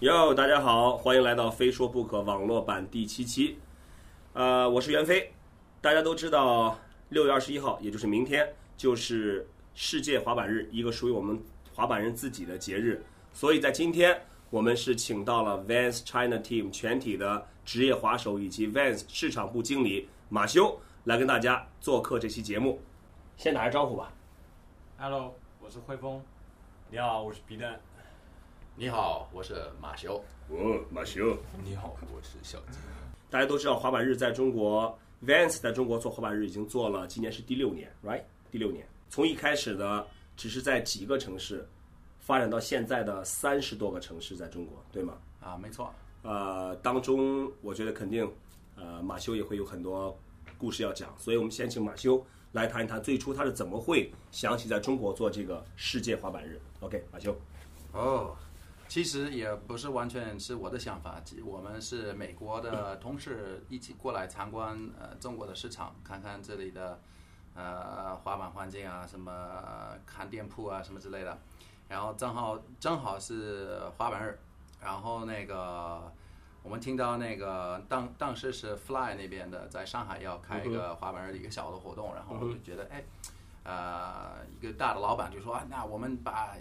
哟，大家好，欢迎来到《非说不可》网络版第七期。呃，我是袁飞。大家都知道，六月二十一号，也就是明天，就是世界滑板日，一个属于我们滑板人自己的节日。所以在今天，我们是请到了 Vans China Team 全体的职业滑手以及 Vans 市场部经理马修来跟大家做客这期节目。先打个招呼吧。 Hello，我是汇丰。你好，我是皮蛋。你好，我是马修。哦，马修。你好，我是小金。大家都知道，滑板日在中国，Vans 在中国做滑板日已经做了，今年是第六年，right？第六年，从一开始的只是在几个城市，发展到现在的三十多个城市，在中国，对吗？啊，没错。呃，当中我觉得肯定，呃，马修也会有很多故事要讲，所以我们先请马修来谈一谈最初他是怎么会想起在中国做这个世界滑板日。OK，马修，哦，其实也不是完全是我的想法，其我们是美国的同事一起过来参观呃中国的市场，看看这里的呃滑板环境啊，什么呃看店铺啊什么之类的。然后正好正好是滑板日，然后那个我们听到那个当当时是 Fly 那边的在上海要开一个滑板日的一个小的活动，然后我就觉得哎，呃一个大的老板就说啊，那我们把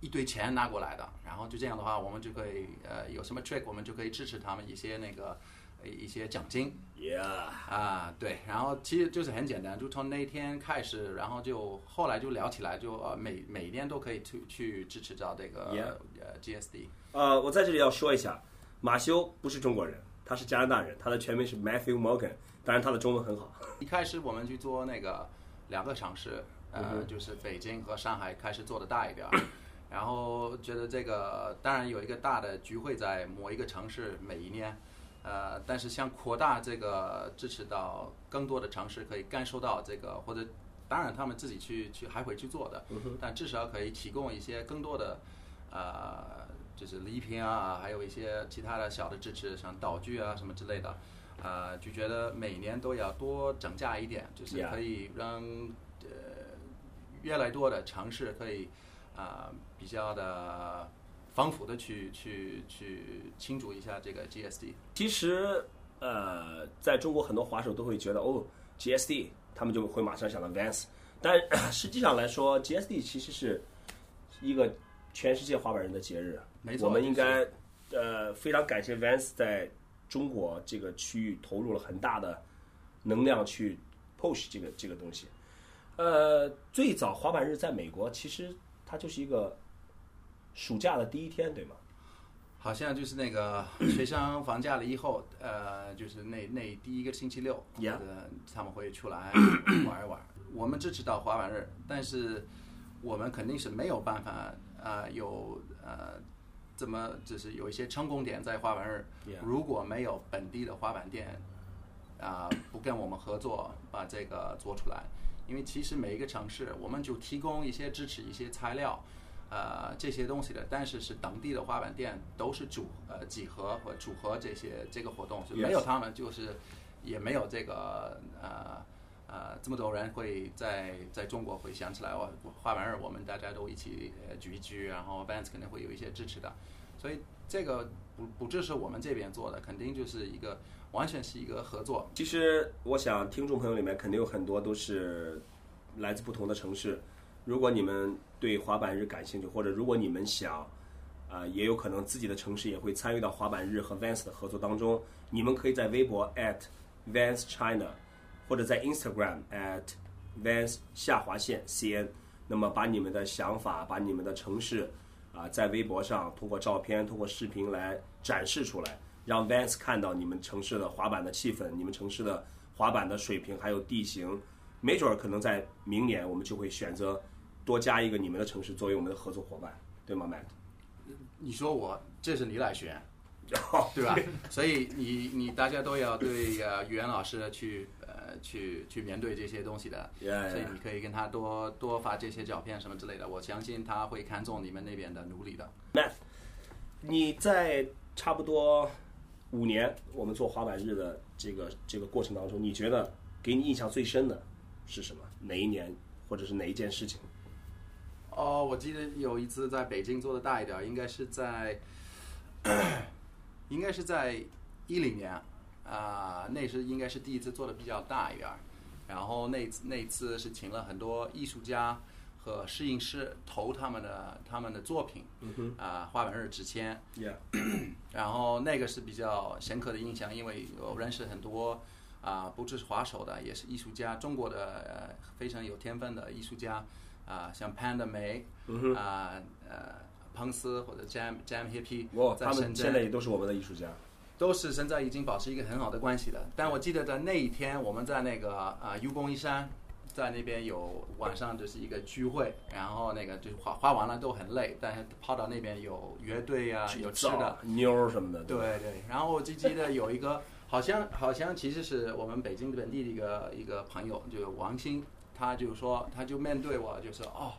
一堆钱拿过来的，然后就这样的话，我们就可以呃有什么 trick 我们就可以支持他们一些那个呃一些奖金 Yeah，啊，对，然后其实就是很简单，就从那天开始，然后就后来就聊起来，就呃每每天都可以去去支持到这个 Yeah 呃 GSD 呃，我在这里要说一下，马修不是中国人，他是加拿大人，他的全名是 Matthew Morgan，当然他的中文很好。一开始我们去做那个两个城市，呃，就是北京和上海开始做的大一点儿，然后觉得这个当然有一个大的聚会在某一个城市每一年，呃，但是想扩大这个支持到更多的城市可以感受到这个，或者当然他们自己去去还会去做的，但至少可以提供一些更多的呃，就是礼品啊，还有一些其他的小的支持，像道具啊什么之类的，呃，就觉得每年都要多涨价一点，就是 Yeah 可以让呃越来越多的城市可以啊、呃比较的防腐的去去去清楚一下这个 GSD。其实，呃，在中国很多滑手都会觉得哦，GSD，他们就会马上想到 Vans，但呃实际上来说，GSD 其实是一个全世界滑板人的节日。没错我们就应该呃非常感谢 Vans 在中国这个区域投入了很大的能量去 push 这个这个东西。呃，最早滑板日在美国其实它就是一个暑假的第一天，对吗？好像就是 那个学生放假了以后，呃，就是那那第一个星期六 Yeah 呃，他们会 出来玩一玩。我们支持到滑板日，但是我们肯定是没有办法呃有呃这么就是有一些成功点在滑板日 Yeah 如果没有本地的滑板店啊、不跟我们合作把这个做出来，因为其实每一个城市我们就提供一些支持一些材料。呃这些东西的，但是是当地的滑板店都是组呃几何和组合这些这个活动，是 Yes 没有他们就是也没有这个呃呃这么多人会在在中国会想起来哦，滑板日我们大家都一起呃聚一聚，然后 Vans 肯定会有一些支持的，所以这个不不只是我们这边做的，肯定就是一个完全是一个合作，其实我想，听众朋友里面肯定有很多都是来自不同的城市。如果你们对滑板日感兴趣，或者如果你们想，啊、也有可能自己的城市也会参与到滑板日和 Vans 的合作当中。你们可以在微博 at Vans China，或者在 Instagram at Vans 下划线 CN，那么把你们的想法，把你们的城市啊、在微博上通过照片、通过视频来展示出来，让 Vans 看到你们城市的滑板的气氛，你们城市的滑板的水平还有地形。没准儿可能在明年我们就会选择多加一个你们的城市作为我们的合作伙伴，对吗，Matt？你说我这是你 来选，哦对吧？所以你你大家都要对呃语言老师去呃去去面对这些东西的 Yeah, yeah. 所以你可以跟他多多发这些照片什么之类的，我相信他会看中你们那边的努力的。你在差不多五年我们做滑板日的这个这个过程当中，你觉得给你印象最深的是什么？哪一年或者是哪一件事情？哦，我记得有一次在北京做的大一点儿，应该是在应该是在一零年啊、那是应该是第一次做的比较大一点儿。然后那次那次是请了很多艺术家和摄影师投他们的他们的作品，啊、花板日之前，嗯 Yeah， 然后那个是比较深刻的印象，因为我认识很多啊、不只是滑手的，也是艺术家，中国的、呃、非常有天分的艺术家啊、像潘德梅嗯啊呃彭斯或者 Jam Jam Hippie，哇，在他深们现在圳也都是我们的艺术家。都是现在已经保持一个很好的关系的。但我记得在那一天，我们在那个啊愚公移山。在那边有晚上就是一个聚会，然后那个就是花花完了都很累，但是跑到那边有乐队啊，有吃的，造妞儿什么的，对对，然后我就记得有一个，好像好像其实是我们北京本地的一个一个朋友，就是王鑫，他就说他就面对我就说哦，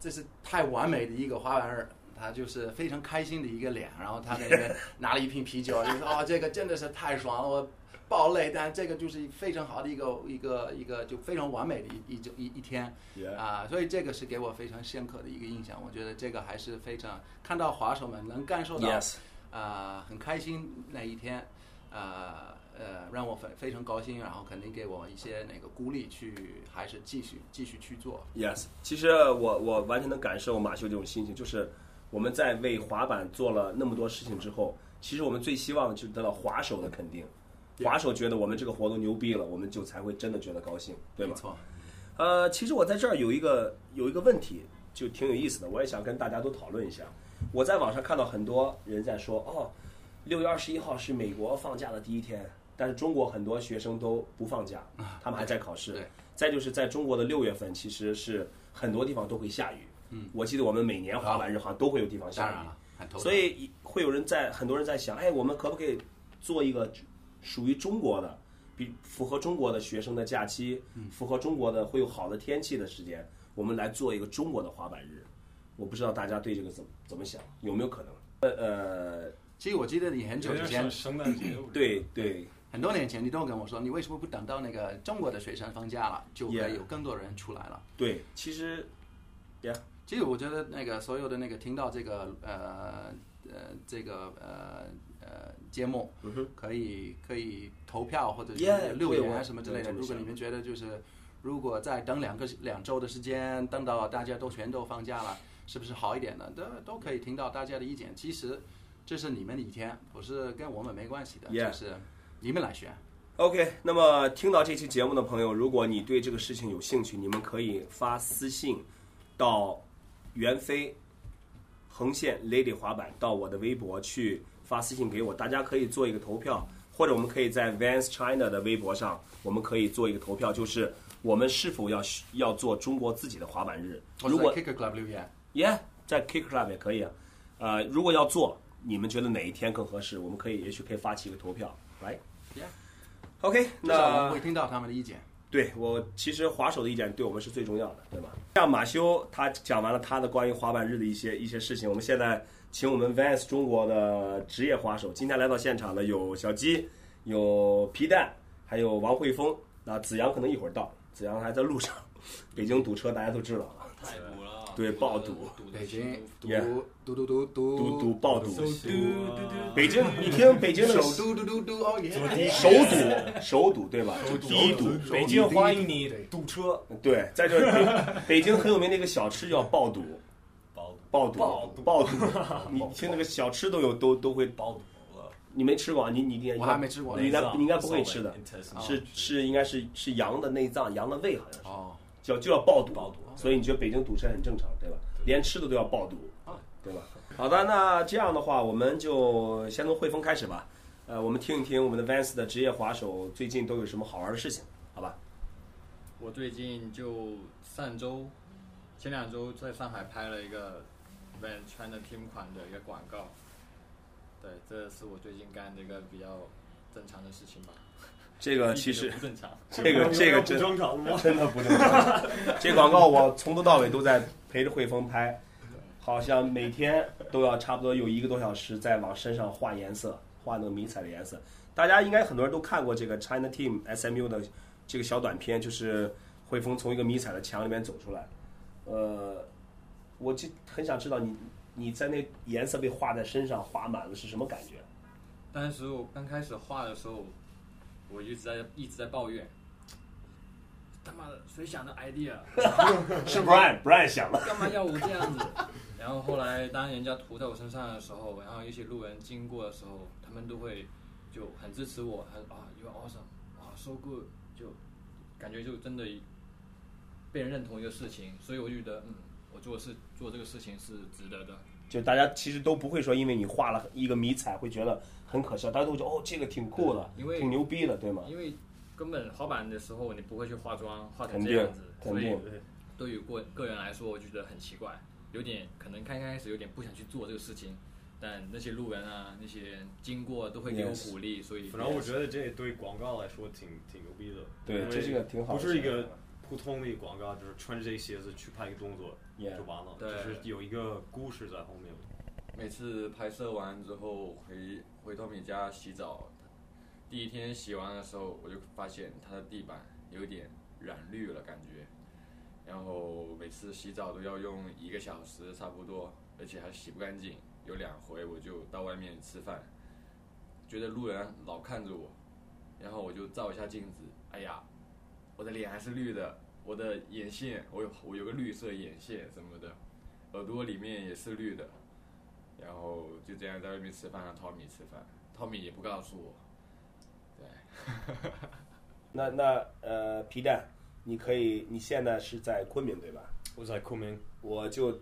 这是太完美的一个花玩意儿。他就是非常开心的一个脸，然后他那边拿了一瓶啤酒，就说：“哦，这个真的是太爽了，我爆泪。”但这个就是非常好的一个一个一个就非常完美的一一一一天。 Yeah，啊，所以这个是给我非常深刻的一个印象。我觉得这个还是非常看到滑手们能感受到 Yes 啊、很开心那一天，啊呃，让我非非常高兴，然后肯定给我一些那个鼓励去，还是继续继续去做。 Yes，其实我我完全能感受马修这种心情，就是我们在为滑板做了那么多事情之后，其实我们最希望的就是得到滑手的肯定，滑手觉得我们这个活动牛逼了，我们就才会真的觉得高兴，对没吗？错，呃，其实我在这儿有一个有一个问题，就挺有意思的，我也想跟大家都讨论一下。我在网上看到很多人在说，哦，六月二十一号是美国放假的第一天，但是中国很多学生都不放假，他们还在考试。啊对再就是在中国的六月份，其实是很多地方都会下雨。嗯，我记得我们每年滑板日好像都会有地方当下雨。然了，很头疼所以会有人在很多人在想，哎，我们可不可以做一个属于中国的，比符合中国的学生的假期，嗯符合中国的会有好的天气的时间，我们来做一个中国的滑板日。我不知道大家对这个怎么怎么想，有没有可能？呃呃，其实我记得你很久有之前点像，圣诞节。我觉得，对对很多年前你都跟我说，你为什么不等到那个中国的学生放假了，就会 Yeah 有更多人出来了。对，其实其实我觉得那个所有的那个听到这个呃呃这个呃呃节目，可以可以投票或者嗯是 Yeah，留对言我啊什么之类对这的。么如果想你们觉得就是如果再等两个两周的时间，等到大家都全都放假了，是不是好一点呢？都都可以听到大家的意见。其实这是你们的一天，不是跟我们没关系的 Yeah 就是你们来选。 OK，那么听到这期节目的朋友，如果你对这个事情有兴趣，你们可以发私信到袁飞横线 Lady 滑板到我的微博去发私信给我，大家可以做一个投票，或者我们可以在 Vans China 的微博上，我们可以做一个投票，就是我们是否要要做中国自己的滑板日。或者如果在 Kicker Club 留言， Yeah，在 Kick Club 也可以啊。呃，如果要做，你们觉得哪一天更合适？我们可以也许可以发起一个投票，Right？ Yeah OK，至少我那们会听到他们的意见。对我其实滑手的意见对我们是最重要的，对吧？像马修他讲完了他的关于滑板日的一些一些事情，我们现在请我们 Vans 中国的职业滑手，今天来到现场的有小鸡，有皮蛋，还有王汇峰。那子阳可能一会儿到，子阳还在路上，北京堵车大家都知道啊，太堵了，对堵得爆堵，堵得北京嘟 Yeah 嘟嘟嘟嘟堵堵爆堵。嘟嘟嘟北京，你听北京那个手嘟嘟嘟嘟哦耶！首堵，首堵对吧？就第一堵。堵北京欢迎你堵车，对，在这儿北北京很有名的一个小吃叫爆肚，爆堵爆肚，爆肚爆肚，你听那个小吃都有都都会，爆堵了，你没吃过啊？你你你，我还没吃过你应该内脏你应该不会吃的， intestine 是哦是应该是是羊的内脏，羊的胃好像是哦，叫就要爆肚，爆肚所以你觉得北京堵车很正常对吧？哦连吃的都要爆肚啊，对吧？好的，那这样的话，我们就先从汇丰开始吧。呃，我们听一听我们的 Vans 的职业滑手最近都有什么好玩的事情，好吧？我最近就上周、前两周在上海拍了一个 Van China Team 款的一个广告。对，这是我最近干的一个比较正常的事情吧。这个啊一其点实都不正常。这个这个真正常吗？真的不正常。这广告我从头到尾都在陪着汇丰拍，好像每天都要差不多有一个多小时在往身上画颜色，画那个迷彩的颜色。大家应该很多人都看过这个 China Team SMU 的这个小短片，就是汇丰从一个迷彩的墙里面走出来。呃，我就很想知道你你在那颜色被画在身上画满了是什么感觉？当时我刚开始画的时候，我一直在一直在抱怨，他妈的谁想的 idea，是 Brian Brian 想的。干嘛要我啊这样子？ 然后后来当人家涂在我身上的时候，然后一些路人经过的时候，他们都会就很支持我，很啊，you are awesome，啊，so good，就感觉就真的被人认同一个事情，所以我就觉得嗯，我做事做这个事情是值得的。就大家其实都不会说，因为你画了一个迷彩会觉得很可笑，大家都觉得哦这个挺酷的，因为挺牛逼的，对吗？因为根本滑板的时候你不会去化妆，化成肯这样定子，，肯所以定。对于个个人来说，我就觉得很奇怪，有点可能刚开始有点不想去做这个事情，但那些路人啊，那些人经过都会给我 Yes 鼓励，所以反正我觉得这对广告来说挺挺牛逼的，因对，为这是个挺好的不事。是一个普通的广告，就是穿着这鞋子去拍一个动作 Yeah 就完了，对就是有一个故事在后面。每次拍摄完之后回回托米家洗澡，第一天洗完的时候，我就发现他的地板有点染绿了感觉，然后每次洗澡都要用一个小时差不多，而且还洗不干净。有两回我就到外面吃饭，觉得路人老看着我，然后我就照一下镜子，哎呀，我的脸还是绿的，我的眼线我有我有个绿色眼线什么的，耳朵里面也是绿的。然后就这样在外面吃饭，让 Tommy 吃饭，Tommy 也不告诉我。那那呃，皮蛋，你可以，你现在是在昆明对吧？我在昆明，我就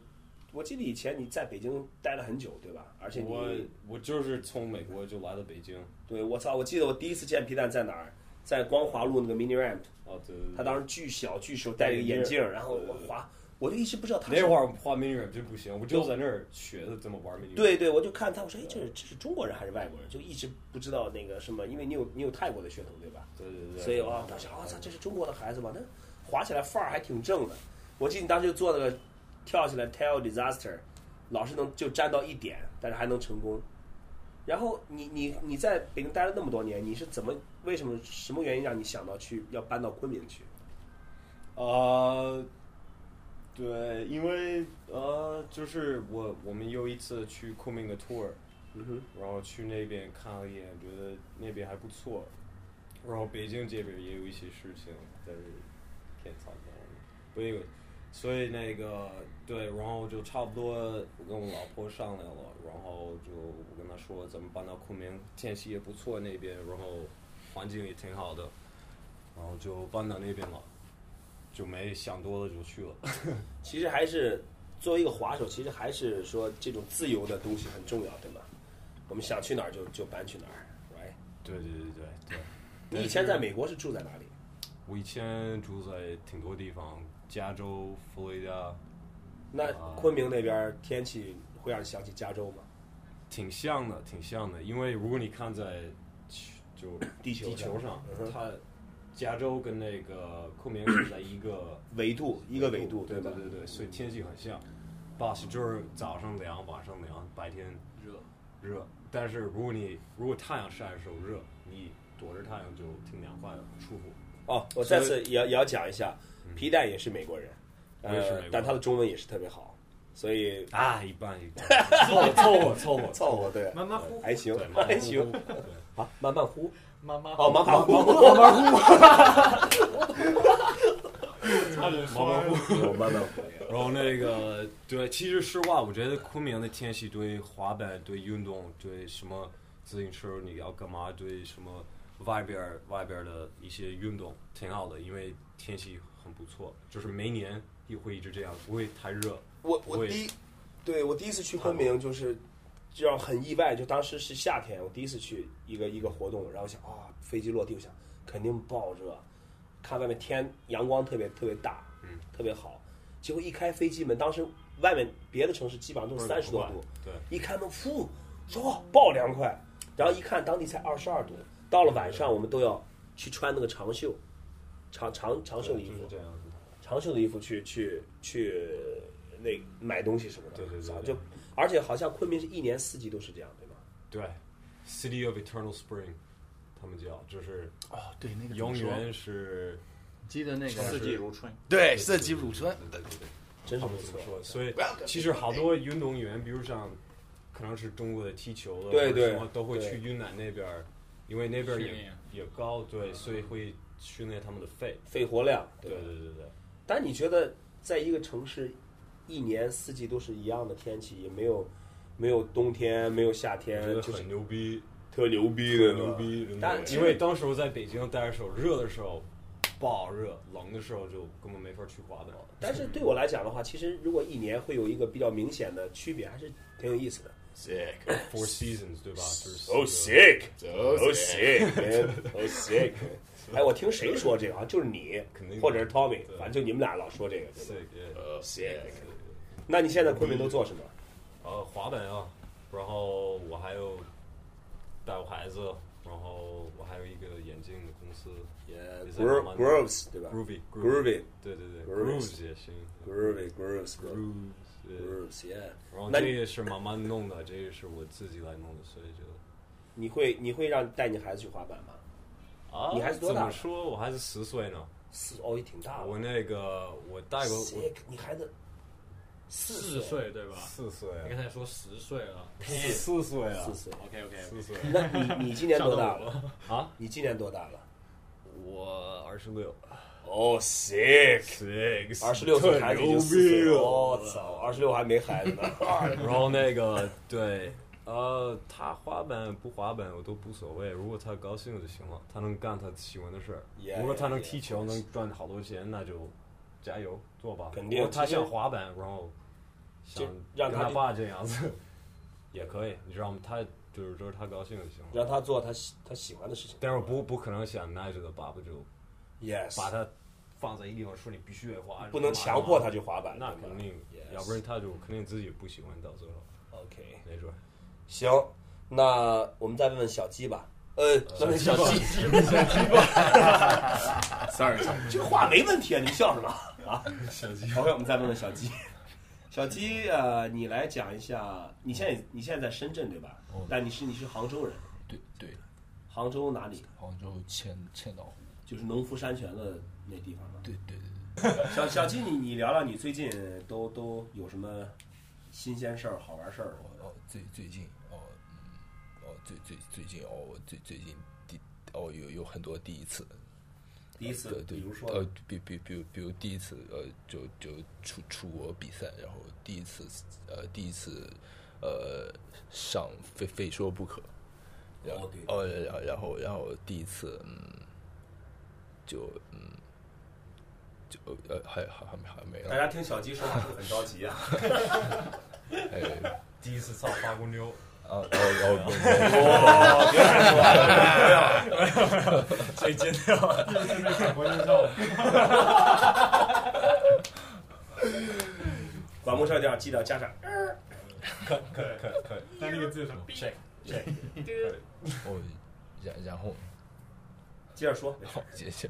我记得以前你在北京待了很久对吧？而且你我我就是从美国就来到北京，对我操，我记得我第一次见皮蛋在哪儿，在光华路那个 mini ramp，哦对，他当时巨小巨瘦，戴着个眼镜，然后我滑，我就一直不知道他是那会儿画 mini ramp 真不行，我就在那儿学的怎么玩 mini ramp。对对，我就看他，我说哎，这是这是中国人还是外国人？就一直不知道那个什么，因为你有你有泰国的血统对吧？对对对，所以我当时啊，操，这是中国的孩子吧？那滑起来范儿还挺正的。我记得你当时就做了个跳起来 tail disaster，老是能就站到一点，但是还能成功。然后你你你在北京待了那么多年，你是怎么为什么什么原因让你想到去要搬到昆明去？呃，对，因为呃，就是我我们有一次去昆明的 tour，嗯哼，然后去那边看了一眼，觉得那边还不错，然后北京这边也有一些事情，但是天操的，不因为，所以那个对，然后就差不多我跟我老婆商量了，然后就我跟她说咱们搬到昆明，天气也不错那边，然后环境也挺好的，然后就搬到那边了，就没想多了就去了。 其实还是作为一个滑手，其实还是说这种自由的东西很重要，对吗？我们想去哪儿就就搬去哪儿，right？对对对对对，你以前在美国是住在哪里？我以前住在挺多地方，加州、佛罗里达。那啊昆明那边儿天气会让你想起加州吗？挺像的，挺像的。因为如果你看在就地球地球上嗯，哼它加州跟那个昆明是在一个纬度 一个纬度，对吧？对对，所以天气很像。巴西就是早上凉，晚上凉，白天热，热。但是如果你如果太阳晒的时候热，你躲着太阳就挺凉快的，很舒服。哦，我所再以次也要也要讲一下，嗯皮蛋也是美国人，我也是呃美国，人但他的中文也是特别好，所以啊，一般一般，凑合凑合凑合，凑合对，慢慢呼，还行对， 还行。 对啊，慢慢呼妈妈哦，马马呼，毛毛哦慢慢呼。然后那个对，其实实话，我觉得昆明的天气对滑板、对运动、对什么自行车你要干嘛，对什么外边儿外边儿的一些运动挺好的，因为天气很不错，就是每年也会一直这样，不会太热。我我我也第一，对我第一次去昆明就是，就让很意外，就当时是夏天，我第一次去一个一个活动，然后想啊、飞机落地，我想肯定爆热，看外面天阳光特别特别大，嗯，特别好。结果一开飞机门，当时外面别的城市基本上都是三十多不度会，对，一开门，呼，哇，爆凉快。然后一看当地才二十二度，到了晚上我们都要去穿那个长袖，长长长袖对衣就服是，这样子。长袖的衣服去去去那买东西什么的，对对对早对就而且好像昆明是一年四季都是这样，对吗？对，City of Eternal Spring，他们叫就是哦，对，那永远是记得那个四季如春，对四季如春，对对对，真是不没怎么说所以其实好多运动员，比如像可能是中国的踢球的，对或者什对么都会对去云南那边儿，因为那边儿训也练啊也高，对，所以会训练他们的肺。肺活量，对吧对对对，但你觉得在一个城市，一年四季都是一样的天气，也没有没有冬天，没有夏我觉天，得就是很牛逼，特牛逼很的，牛逼。真的但因为当时我在北京待的时候，热的时候爆热，冷的时候就根本没法去 滑板。但是对我来讲的话，其实如果一年会有一个比较明显的区别，还是挺有意思的。 sick， Four seasons 对吧？就是 Oh, 四个 sick, 走 sick, man, oh sick！哎， 我听谁说这个啊？就是你肯定，或者是 Tommy，对反正就你们俩老说这个。 sick，yeah Oh sick，那你现在昆明都做什么？呃，滑板啊，然后我还有带我孩子，然后我还有一个眼镜的公司在慢 Gro- 慢地 Groves 对吧，Groovy Groovy 对对对 Grooves ，Grooves 也行 Groovy Groves ，Grooves，对 Groves yeah。然后那这也是慢慢弄的，这也是我自己来弄的，所以就你会你会让带你孩子去滑板吗？啊你孩子多怎大么了说？我孩子十岁呢，四哦也挺大我了。那个我带过我 sick，你孩子四四岁对吧？四岁你刚才说十岁了四四岁啊四，岁。 ，OK OK，四岁那你你今年多大了？啊，你今年多大了？我二十六哦、sick！ ，six，二十六岁孩子已经四岁了，我操，二十六还没孩 子呢。 然后那个对，呃，他滑板不滑板我都无所谓，如果他高兴就行了，他能干他喜欢的事儿。 Yeah, 如果他 yeah, 能 yeah, 踢 of 球 course. 能赚好多钱，那就加油做吧。肯定如果他其实想滑板，然后想就让跟他他爸这样子 也可以，你知道吗？他就是就是他高兴就行了。让他做他喜他喜欢的事情。但是不不可能想拿着的爸爸就 Yes，把他放在一个地方说你必须得滑，不能干嘛强迫他去滑板。干嘛。对那吧肯定 Yes，要不然他就肯定自己不喜欢到最后 OK。那种。行，那我们再问问小鸡吧。呃，问 问小鸡， ，sorry，这个话没问题啊，你笑什么啊？小鸡，OK，我们再问问小鸡。小鸡，呃，你来讲一下，你现在你现在在深圳对吧？但你是你是杭州人，对对，杭州哪里？杭州千千岛湖，就是农夫山泉的那地方吗？对对对，小小金，你你聊聊你最近都都有什么新鲜事儿、好玩事儿？哦哦，最最近哦，嗯，哦最最最近哦，我最最近第哦有有很多第一次，第一次对，对，比如说，呃，比比比如比如第一次呃，就就出出国比赛，然后第一次呃第一次呃上非非说不可，然后哦对呃然后然后然后第一次嗯，就嗯就呃还还还没还没大了，家听小鸡说话是不是很着 急啊？哎。第一次操花姑 妞，啊哦哦不不哦谁剪掉？把木上呃调记到家长。但 那个字什么？check 哦，然然后接着说，好谢谢。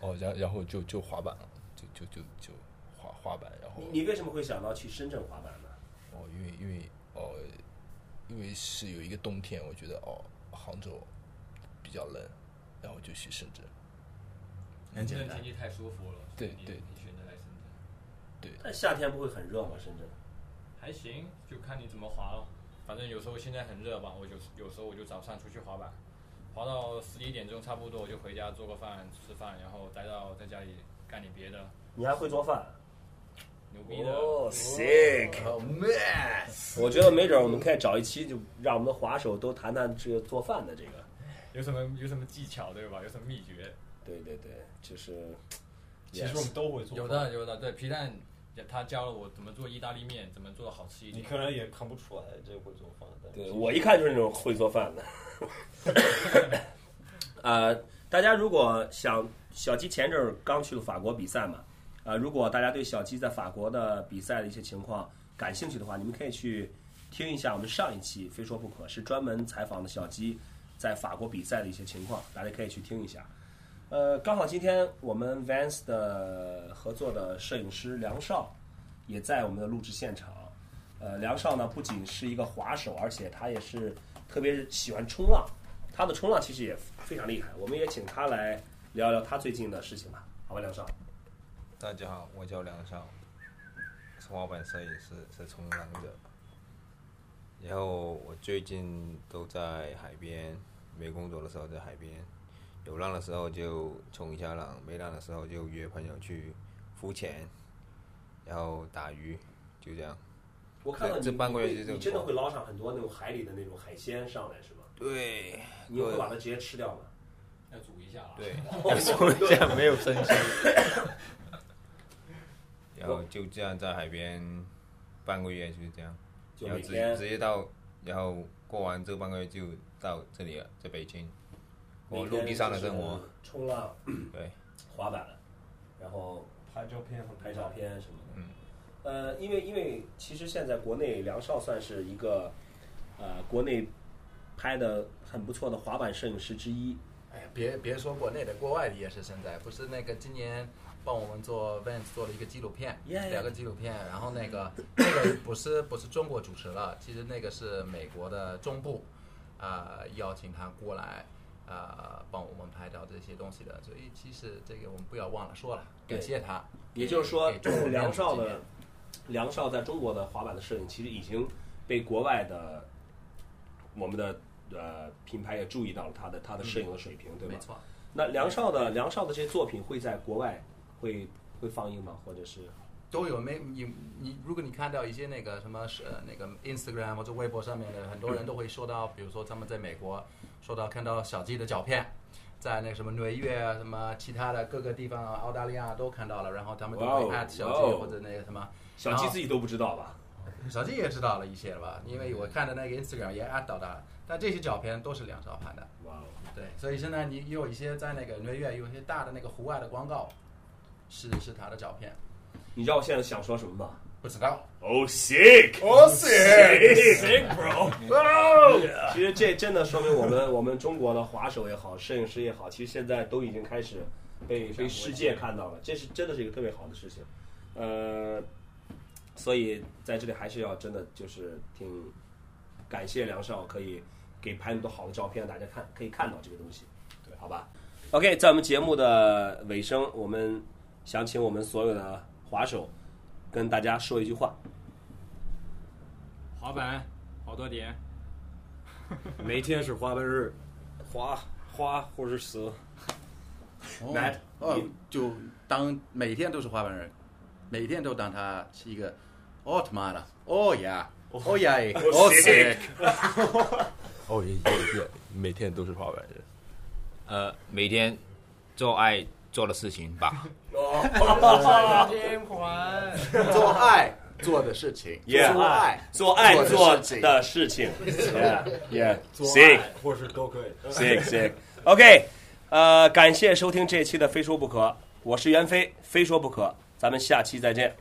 哦，然然后就就滑板了，就就就就滑滑板，然后你你为什么会想到去深圳滑板呢？哦，因为因为哦，因为是有一个冬天，我觉得哦，杭州比较冷，然后就去深圳。很深简圳单天。气太舒服了，所以对你对你选择来深圳但夏天不会很热吗？深圳？还行，就看你怎么滑了。反正有时候现在很热吧，我就有时候我就早上出去滑板，滑到十一点钟差不多，我就回家做个饭吃饭，然后待到在家里干点别的，你还会做饭？哦牛逼的。 ，sick！我觉得没准我们可以找一期，就让我们的滑手都谈谈这个做饭的这个。 有什么有什么技巧对吧？有什么秘诀？对对对，就是。其实我们都会做。有的有的，对皮蛋他教了我怎么做意大利面，怎么做的好吃一你点。可能也看不出来这会做饭，但对呃我一看就是那种会做饭 的。呃，大家如果想小鸡前阵儿刚去了法国比赛嘛，呃，如果大家对小鸡在法国的比赛的一些情况感兴趣的话，你们可以去听一下我们上一期《非说不可》是专门采访的小鸡在法国比赛的一些情况，大家可以去听一下。呃，刚好今天我们 Vans 的合作的摄影师梁少也在我们的录制现场，呃，梁少呢不仅是一个滑手，而且他也是特别喜欢冲浪，他的冲浪其实也非常厉害。我们也请他来聊聊他最近的事情吧，好吧，梁少。大家好，我叫梁少，是滑板摄影师，是冲浪者。然后我最近都在海边，没工作的时候在海边，有浪的时候就冲一下浪，没浪的时候就约朋友去浮潜，然后打鱼，就这样。我看到你对这半个月你就会这你么真的说会捞上很多那种海里的那种海鲜上来是吗？对，你会把它直接吃掉吗？要煮一下啊。对，说一下没有生气。 然后就这样在海边半个月就是这样，就然后每直天直接到，然后过完这半个月就到这里了，在北京。我每天陆地上的就是嗯生活，冲浪、对，滑板，然后拍照片和拍照片什么的。嗯呃，因为因为其实现在国内梁少算是一个呃国内拍的很不错的滑板摄影师之一。哎呀，别别说国内的，国外的也是现在，不是那个今年帮我们做 Vans 做了一个纪录片 Yeah, yeah. 两个纪录片，然后那个 那个不是不是中国主持了，其实那个是美国的中部，啊、邀请他过来，啊、帮我们拍到这些东西的，所以其实这个我们不要忘了说了，对感谢他，也就是说给中国，梁少面的子梁少在中国的滑板的摄影，其实已经被国外的我们的呃品牌也注意到了他的他的摄影的水平，今对天，吧嗯没？错。那梁少的梁少的这些作品会在国外会会放映吗？或者是都有没你你，如果你看到一些那个什么是呃那个 Instagram 或者微博上面的，很多人都会说到，比如说他们在美国说到看到小鸡的脚片，在那个什么纽约啊，什么其他的各个地方啊，澳大利亚都看到了，然后他们都会哇哦 at 小哇鸡哦或者那个什么，小啊鸡自己都不知道吧？小鸡也知道了一些了吧？因为我看的那个 Instagram 也 at 到他了，但这些照片都是梁朝拍的，哇哦！对，所以现在你有一些在那个纽约有一些大的那个户外的广告，是是他的照片，你知道我现在想说什么吗不知道。 ？Oh sick! 我死！ sick bro！其实这真的说明我们 我们中国的滑手也好，摄影师也好，其实现在都已经开始被被世界看到了，这是真的是一个特别好的事情。呃，所以在这里还是要真的就是挺感谢梁少可以给拍那么多好的照片，大家看可以看到这个东西，对，好吧？OK，在我们节目的尾声，我们想请我们所有的滑手跟大家说一句话。滑板好多点，每天是滑板日，滑滑或者蛇。哦 Matt，哦你，就当每天都是滑板人，每天都当他是一个，哦他妈的，哦呀，哦 呀，哦 sick 哦，也也也，每天都是滑板人。呃，每天做爱做的事情吧。天环， 做爱做的事情， Yeah 做爱做爱做的事情的事情。Yeah, yeah. 做 Sick, 爱或是都可 以。 sick, sick. OK，呃，感谢收听这期的《非说不可》，我是袁飞，非说不可，咱们下期再见。